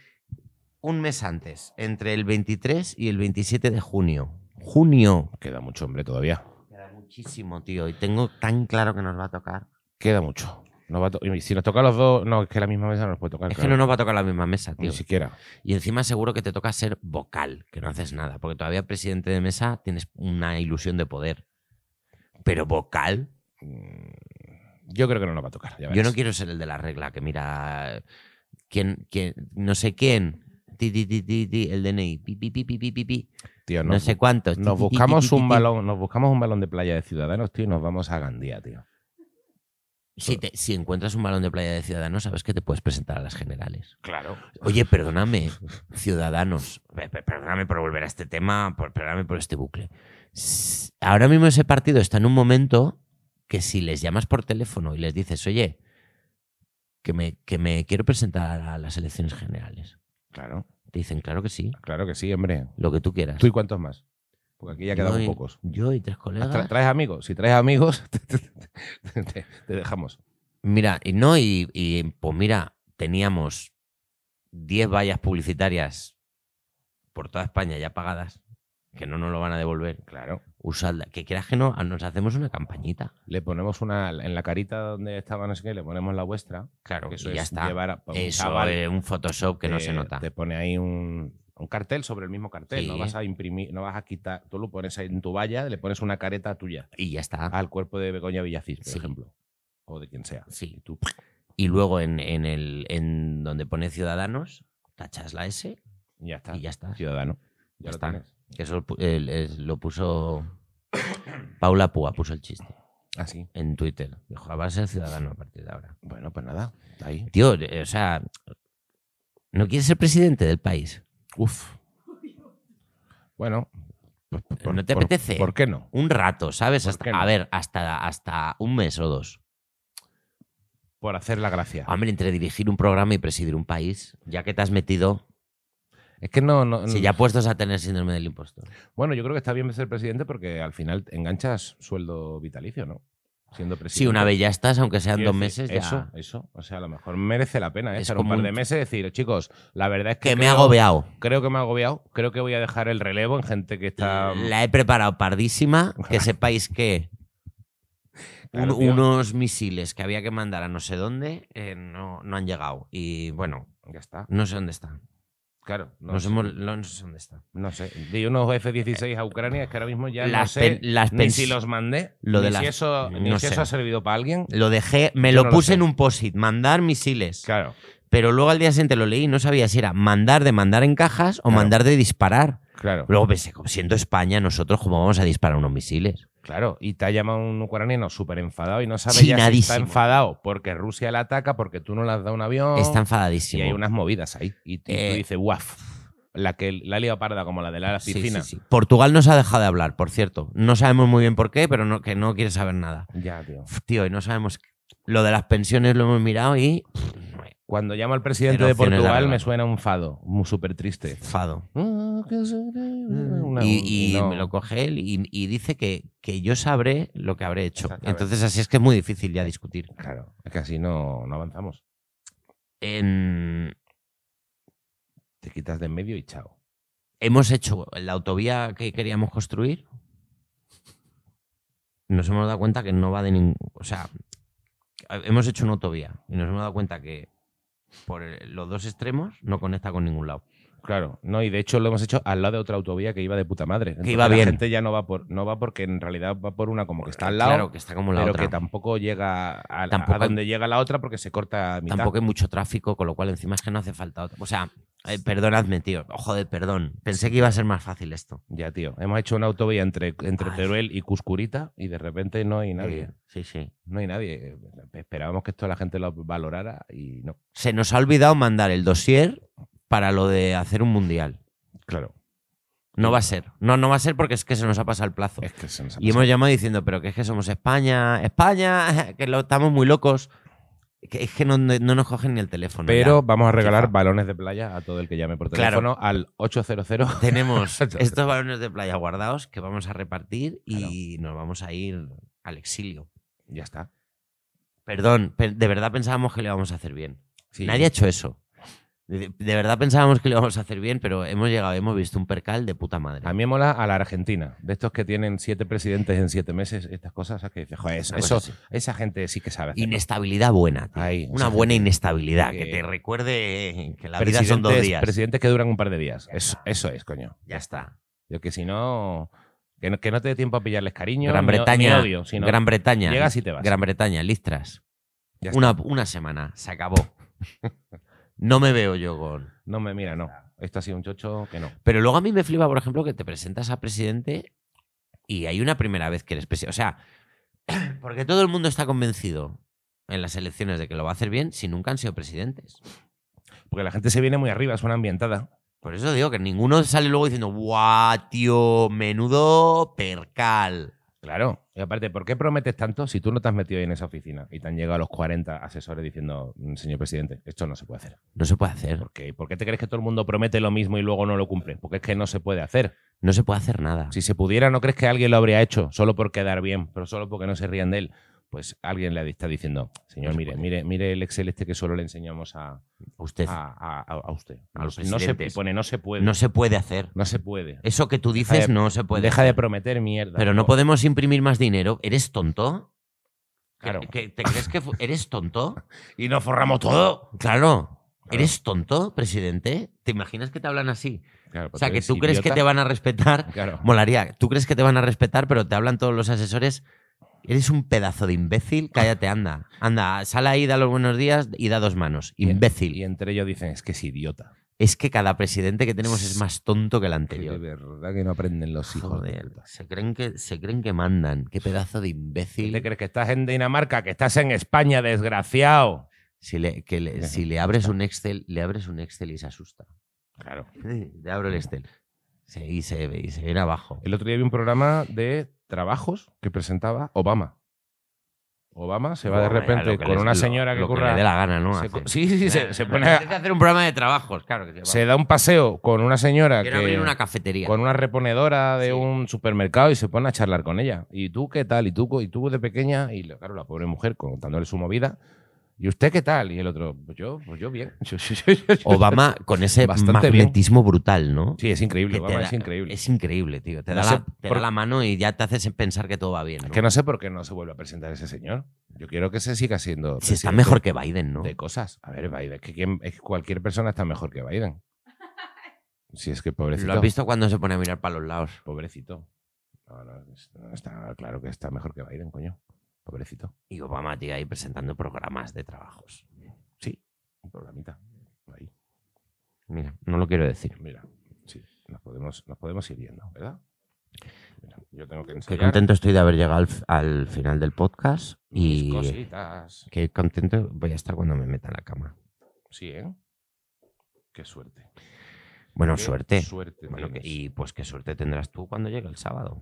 un mes antes, entre el 23 y el 27 de junio. Junio. Queda mucho, hombre, todavía. Queda muchísimo, tío. Y tengo tan claro que nos va a tocar. Queda mucho. No va a to- y si nos toca a los dos, no, es que la misma mesa no nos puede tocar. Es que Ah, claro. no nos va a tocar la misma mesa, Ni tío. siquiera. Y encima seguro que te toca ser vocal, que no haces nada, porque todavía presidente de mesa tienes una ilusión de poder. Pero vocal, Mm, Yo creo que no nos va a tocar. ya Yo verás. no quiero ser el de la regla que mira quién, quién no sé quién, ti, ti, ti, ti, ti, el DNI, pi, pi, pi, pi, pi, pi, pi, Tío, no nos, sé cuántos. ti, nos ti, ti, ti, buscamos ti, un ti. balón, nos buscamos un balón de playa de Ciudadanos, tío, y nos vamos a Gandía, tío. Si, te- si encuentras un balón de playa de Ciudadanos, sabes que te puedes presentar a las generales. Claro. Oye, perdóname, Ciudadanos, pe- pe- perdóname por volver a este tema, por, perdóname por este bucle. S- Ahora mismo ese partido está en un momento que si les llamas por teléfono y les dices, oye, que me, que me quiero presentar a las elecciones generales. Claro, Te dicen, claro que sí, claro que sí, hombre. lo que tú quieras. ¿Tú y cuántos más? Porque aquí ya quedamos Yo y- pocos. Yo y tres colegas. Tra- ¿Traes amigos? Si traes amigos, te, te- te- te dejamos. Mira, y no, y, y, pues mira, teníamos 10 vallas publicitarias por toda España ya pagadas, que no nos lo van a devolver, Claro. usadla. Que quieras que no, ah, nos hacemos una campañita. Le ponemos una. En la carita donde estaba, no sé qué, le ponemos la vuestra. Claro, que que eso ya es está. llevar a- un Eso chaval es un Photoshop que no se te- nota. Te pone ahí un, un cartel sobre el mismo cartel. No Sí. vas a imprimir, no vas a quitar. Tú lo pones ahí en tu valla, le pones una careta tuya Y ya está. al cuerpo de Begoña Villacís, por Sí. ejemplo. O de quien sea. Sí. Y tú, Y luego en, en el, en donde pone Ciudadanos, tachas la S y ya está. y ya está. Ciudadano. Ya Ya, lo está. tienes. Que eso pu- el- es- lo puso Paula Púa, puso el chiste Así. en Twitter. Dijo, va a ser ciudadano a partir de ahora. Bueno, pues nada. Ahí. Tío, eh, o sea, no quieres ser presidente del país. Uf. Bueno. pues, por- ¿No te por- apetece? ¿Por qué no? Un rato, ¿sabes? ¿Por Hasta- qué no? A ver, hasta, hasta un mes o dos. Por hacer la gracia. Hombre, entre dirigir un programa y presidir un país, ya que te has metido, Es que no. no si ya puestos a tener síndrome del impostor. Bueno, yo creo que está bien ser presidente porque al final enganchas sueldo vitalicio, ¿no? Siendo presidente. Sí, una vez ya estás, aunque sean Quiero dos decir, meses, ya. Eso, eso. O sea, a lo mejor merece la pena ¿eh? Es estar un como par un- de meses y decir, chicos, la verdad es que. que me ha creo- agobiado. Creo que me ha agobiado. Creo que voy a dejar el relevo en gente que está. La he preparado pardísima. Que sepáis que un- Claro, tío. unos misiles que había que mandar a no sé dónde eh, no, no han llegado. Y bueno, mm, Ya está. no sé dónde está. Claro. No, Nos sé, hemos- no, no sé dónde está. no sé. Di unos F-16 a Ucrania, es que ahora mismo ya no Las sé. pen- las ni pens- si los mandé. lo ni de si las- eso, ni no si sé. eso ha servido para alguien. Lo dejé, me Yo lo no lo puse sé. en un post-it, mandar misiles. Claro, Pero luego al día siguiente lo leí y no sabía si era mandar de mandar en cajas o Claro. mandar de disparar. claro. Luego pensé, como siendo España, nosotros, ¿cómo vamos a disparar unos misiles? Claro, y te ha llamado un ucraniano súper enfadado y no sabe ya si está Chinadísimo. enfadado porque Rusia la ataca, porque tú no le has dado un avión. Está y enfadadísimo. hay unas movidas ahí. Y, y Eh, tú dices, guaf, la que la liga parda como la de la Sí, piscina. sí, sí. Portugal nos ha dejado de hablar, por cierto. No sabemos muy bien por qué, pero no, que no quiere saber nada. Ya, tío. Uf, tío, y no sabemos. Lo de las pensiones lo hemos mirado y. pff, no hay Cuando llamo al presidente Pero de opciones de Portugal arreglarlo. me suena un fado, muy súper triste. "Ah, Fado. Mm, Una- y y no. me lo coge él y, y dice que, que yo sabré lo que habré hecho. Exactamente. Entonces, así es que es muy difícil ya discutir. Claro, es que así no, no avanzamos. En- Te quitas de en medio y chao. hemos hecho la autovía que queríamos construir. Nos hemos dado cuenta que no va de ningún. O sea, hemos hecho una autovía y nos hemos dado cuenta que por el- los dos extremos no conecta con ningún lado. Claro, no, y de hecho lo hemos hecho al lado de otra autovía que iba de puta madre. Entonces iba bien. La gente ya no va por, no va porque en realidad va por una como que está al lado, Claro, que está como la pero otra. que tampoco llega a, a Tampoco hay- donde llega la otra porque se corta a mitad. Tampoco hay mucho tráfico, con lo cual encima es que no hace falta otra. O sea, eh, perdonadme, tío. Joder, perdón. Pensé que iba a ser más fácil esto. Ya, tío. Hemos hecho una autovía entre, entre Ay. Eh. Teruel y Cuscurita y de repente no hay nadie. Sí, sí. No hay nadie. Esperábamos que esto la gente lo valorara y no. Se nos ha olvidado mandar el dossier para lo de hacer un mundial. Claro. No va a ser. No, no va a ser porque es que se nos ha pasado el plazo. Es que se nos ha Y hemos llamado diciendo, pero que es que somos España, España, que lo, estamos muy locos. Que es que no, no nos cogen ni el teléfono. Pero vamos a regalar Quizá. balones de playa a todo el que llame por Claro. teléfono al 800. ya. tenemos estos balones de playa guardados que vamos a repartir y nos vamos a ir al exilio. Ya está. Perdón, pe- de verdad pensábamos que lo íbamos a hacer bien. Sí. Nadie ha hecho eso. De, de verdad pensábamos que lo íbamos a hacer bien, pero hemos llegado, hemos visto un percal de puta madre. A mí me mola a la Argentina, de estos que tienen siete presidentes en siete meses, estas cosas, ¿sabes? que dices, joder, eso, Una cosa eso- esa gente sí que sabe. hacerlo. Inestabilidad buena, tío. Ahí, Una esa buena gente inestabilidad, que que- te recuerde que la vida son dos Presidentes- días. Presidentes que duran un par de días. Eso, eso es, coño. Ya está. Yo que si no, que no, que no te dé tiempo a pillarles cariño, Gran ni o- Bretaña, ni odio, sino Gran Bretaña. llegas y te vas. Gran Bretaña, listras. Ya está. Una, una semana, se acabó. No me veo yo con. No me mira, no. Esto ha sido un chocho que no. Pero luego a mí me flipa, por ejemplo, que te presentas a presidente y hay una primera vez que eres presidente. O sea, porque todo el mundo está convencido en las elecciones de que lo va a hacer bien si nunca han sido presidentes. Porque la gente se viene muy arriba, suena ambientada. Por eso digo que ninguno sale luego diciendo, guau, tío, menudo percal. Claro. Y aparte, ¿por qué prometes tanto si tú no te has metido ahí en esa oficina y te han llegado los 40 asesores diciendo, "Mm, señor presidente, esto no se puede hacer? No se puede hacer. ¿Por qué, ¿Por qué te crees que todo el mundo promete lo mismo y luego no lo cumple? Porque es que no se puede hacer. No se puede hacer nada. Si se pudiera, ¿no crees que alguien lo habría hecho? Solo por quedar bien, pero solo porque no se rían de él. pues alguien le está diciendo, señor, No se mire, puede. mire, mire el Excel este que solo le enseñamos a, Usted a- a- a usted. A No los se- no se presidentes. pone, no se puede. no No se, se puede hacer. puede. Eso que tú dices de- no se puede. Deja de hacer. prometer mierda. Pero no por- podemos imprimir más dinero. ¿Eres tonto? ¿Que- Claro. que- ¿Te crees que fu- eres tonto? Y nos forramos todo. Claro. Claro. ¿Eres tonto, presidente? ¿Te imaginas que te hablan así? Claro, O sea, que tú crees que te va. van a respetar. Claro. Molaría, tú crees que te van a respetar, pero te hablan todos los asesores. Eres un pedazo de Ah. imbécil, cállate, anda. Anda, sal ahí, da los buenos días y da dos manos. Y- Imbécil. Y entre ellos dicen, es que es idiota. Es que cada presidente que tenemos es más tonto que el Que de anterior. verdad que no aprenden los hijos. de Joder, puta. se creen que, se creen que mandan. Qué pedazo de ¿Tú te imbécil. crees que estás en Dinamarca? Que estás en España, desgraciado. Si le, que le- Ajá. si le abres un Excel, le abres un Excel y se asusta. Claro. Le abro el Excel. Se- y, se, y se viene abajo. El otro día vi un programa de trabajos que presentaba Obama. Obama se va de Bueno, ya, repente lo que con les- una lo- señora que lo curra. le dé la gana, ¿no? se Hace. co- sí, sí, sí, se, se pone. Hay que a- hacer un programa de trabajos, claro. Que se da un paseo con una señora Quiero que- abrir una cafetería. con una reponedora de Sí. un supermercado y se pone a charlar con ella. ¿Y tú qué tal? ¿Y tú, co- y tú de pequeña? Y lo- claro, la pobre mujer contándole su movida. ¿Y usted qué tal? Y el otro, pues yo, pues yo bien. Yo- yo- yo- yo- yo- Obama con ese Bastante bien. magnetismo brutal, ¿no? Sí, es increíble, Que te Obama, da- es increíble. Es increíble, tío. Te, No da, sé la, te por- da la mano y ya te haces pensar que todo va bien. ¿no? Es que no sé por qué no se vuelve a presentar ese señor. Yo quiero que se siga siendo. si está presidente mejor que Biden, ¿no? De cosas. A ver, Biden, es que quién- es que cualquier persona está mejor que Biden. Si es que ¿Lo pobrecito. has visto cuando se pone a mirar para los lados? Pobrecito. No, no, es- no, está claro que está mejor que Biden, coño. Pobrecito. Y Obama, tío, ahí presentando programas de trabajos. Sí, un programita. Ahí. Mira, no lo quiero decir. Mira, sí, nos podemos, nos podemos ir viendo, ¿verdad? Mira, yo tengo que Qué ensayar contento estoy de haber llegado al, f- al final del podcast mis y cositas. qué contento voy a estar cuando me meta en la cama. Sí, ¿eh? Qué suerte. Bueno, Qué suerte. suerte Bueno, que- tienes. y pues qué suerte tendrás tú cuando llegue el sábado,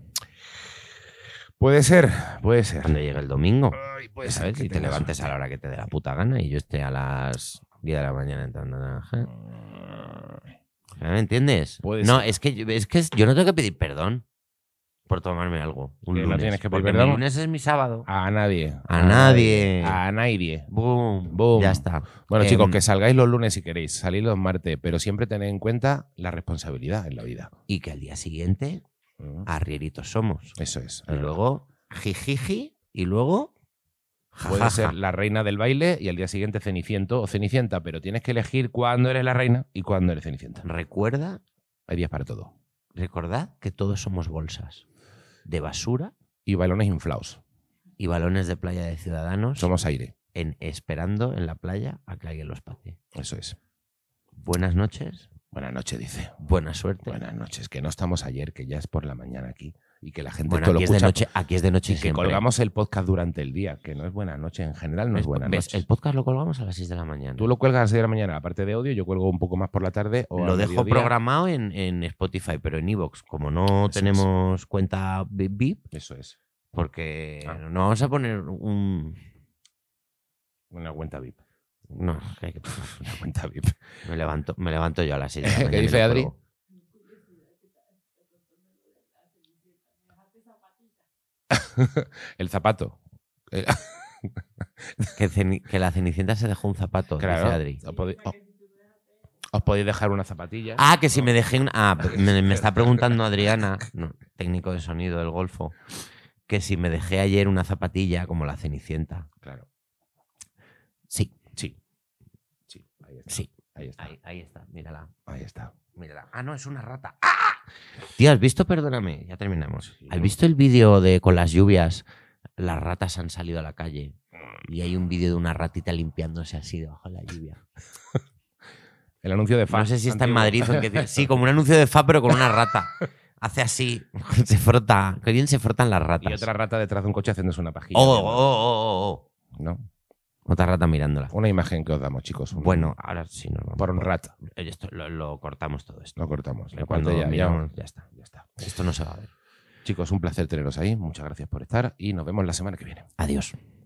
Puede ser, puede ser. cuando llegue el domingo. Ay, puede ¿Sabes? que Y te tengas levantes a la hora que te dé la puta gana y yo esté a las 10 de la mañana entrando en la... suerte. ¿eh? ¿Me entiendes? Puede no, ser. es que, yo- es que yo no tengo que pedir perdón por tomarme algo. Un Que no lunes, tienes que pedir porque perdón. Mi lunes es mi sábado. A nadie. A nadie. A nadie. Boom, Boom. Ya está. Bueno, Em, chicos, que salgáis los lunes si queréis, salid los martes, pero siempre tened en cuenta la responsabilidad en la vida. Y que al día siguiente, Mm. Ah. arrieritos somos. Eso es. Y luego, jijiji, y luego, Puede jajaja. ser la reina del baile y al día siguiente ceniciento o cenicienta, pero tienes que elegir cuándo eres la reina y cuándo Mm. eres cenicienta. Recuerda, Hay días para todo. recordad que todos somos bolsas de basura Y balones inflados. y balones de playa de ciudadanos Somos aire. en esperando en la playa a que alguien los pase. Eso es. Buenas noches, Buenas noches, dice. buena suerte. Buenas noches, que no estamos ayer, que ya es por la mañana aquí. Y que la gente Bueno, esto aquí lo es, de escucha. noche, aquí es de noche y y que siempre. colgamos el podcast durante el día, que no es buena noche en general, no es, ¿Ves? buena ¿Ves? noche. El podcast lo colgamos a las 6 de la mañana. Tú lo cuelgas a las 6 de la mañana, la parte de audio, yo cuelgo un poco más por la tarde. O Lo al dejo mediodía. programado en, en Spotify, pero en Evox, como no Eso es. tenemos cuenta VIP, VIP, Eso es, porque Ah. no vamos a poner un... una cuenta VIP. No, que- que- Una cuenta VIP. me, levanto, me levanto yo a las 6 de la ¿Qué mañana. y dice lo Adri? cuelgo. El zapato. Que, ceni- que la Cenicienta se dejó un zapato, dice Claro. Adri. Os, podéis- os- os podéis dejar una zapatilla. Ah, que si me dejé un... Ah, me, me está preguntando Adriana, no, técnico de sonido del Golfo, que si me dejé ayer una zapatilla como la Cenicienta. Claro. Sí, Sí. Sí. Ahí está. sí. Ahí está. Ahí, ahí está, mírala. Ahí está. Mírala. Ah, no, es una rata. ¡Ah! Tío, ¿has visto? Perdóname, ya terminamos. Sí. ¿Has visto el vídeo de con las lluvias? Las ratas han salido a la calle y hay un vídeo de una ratita limpiándose así debajo de la lluvia. El anuncio de No fans sé si está en antiguo. Madrid o en qué ciudad. Sí, como un anuncio de fa, pero con una rata. Hace así, se frota. Qué bien se frotan las ratas. Y otra rata detrás de un coche haciéndose una pajilla. Oh, oh, oh, oh, ¿No? oh. Otra rata mirándola. Una imagen que os damos, chicos. Un- Bueno, ahora sí nos vamos. Por un rato. Esto, lo, lo cortamos todo esto. Lo cortamos. La Que Cuando parte ya, ya, miramos, ya está. ya está. Esto no se va a ver. Chicos, un placer teneros ahí. Muchas gracias por estar y nos vemos la semana que viene. Adiós.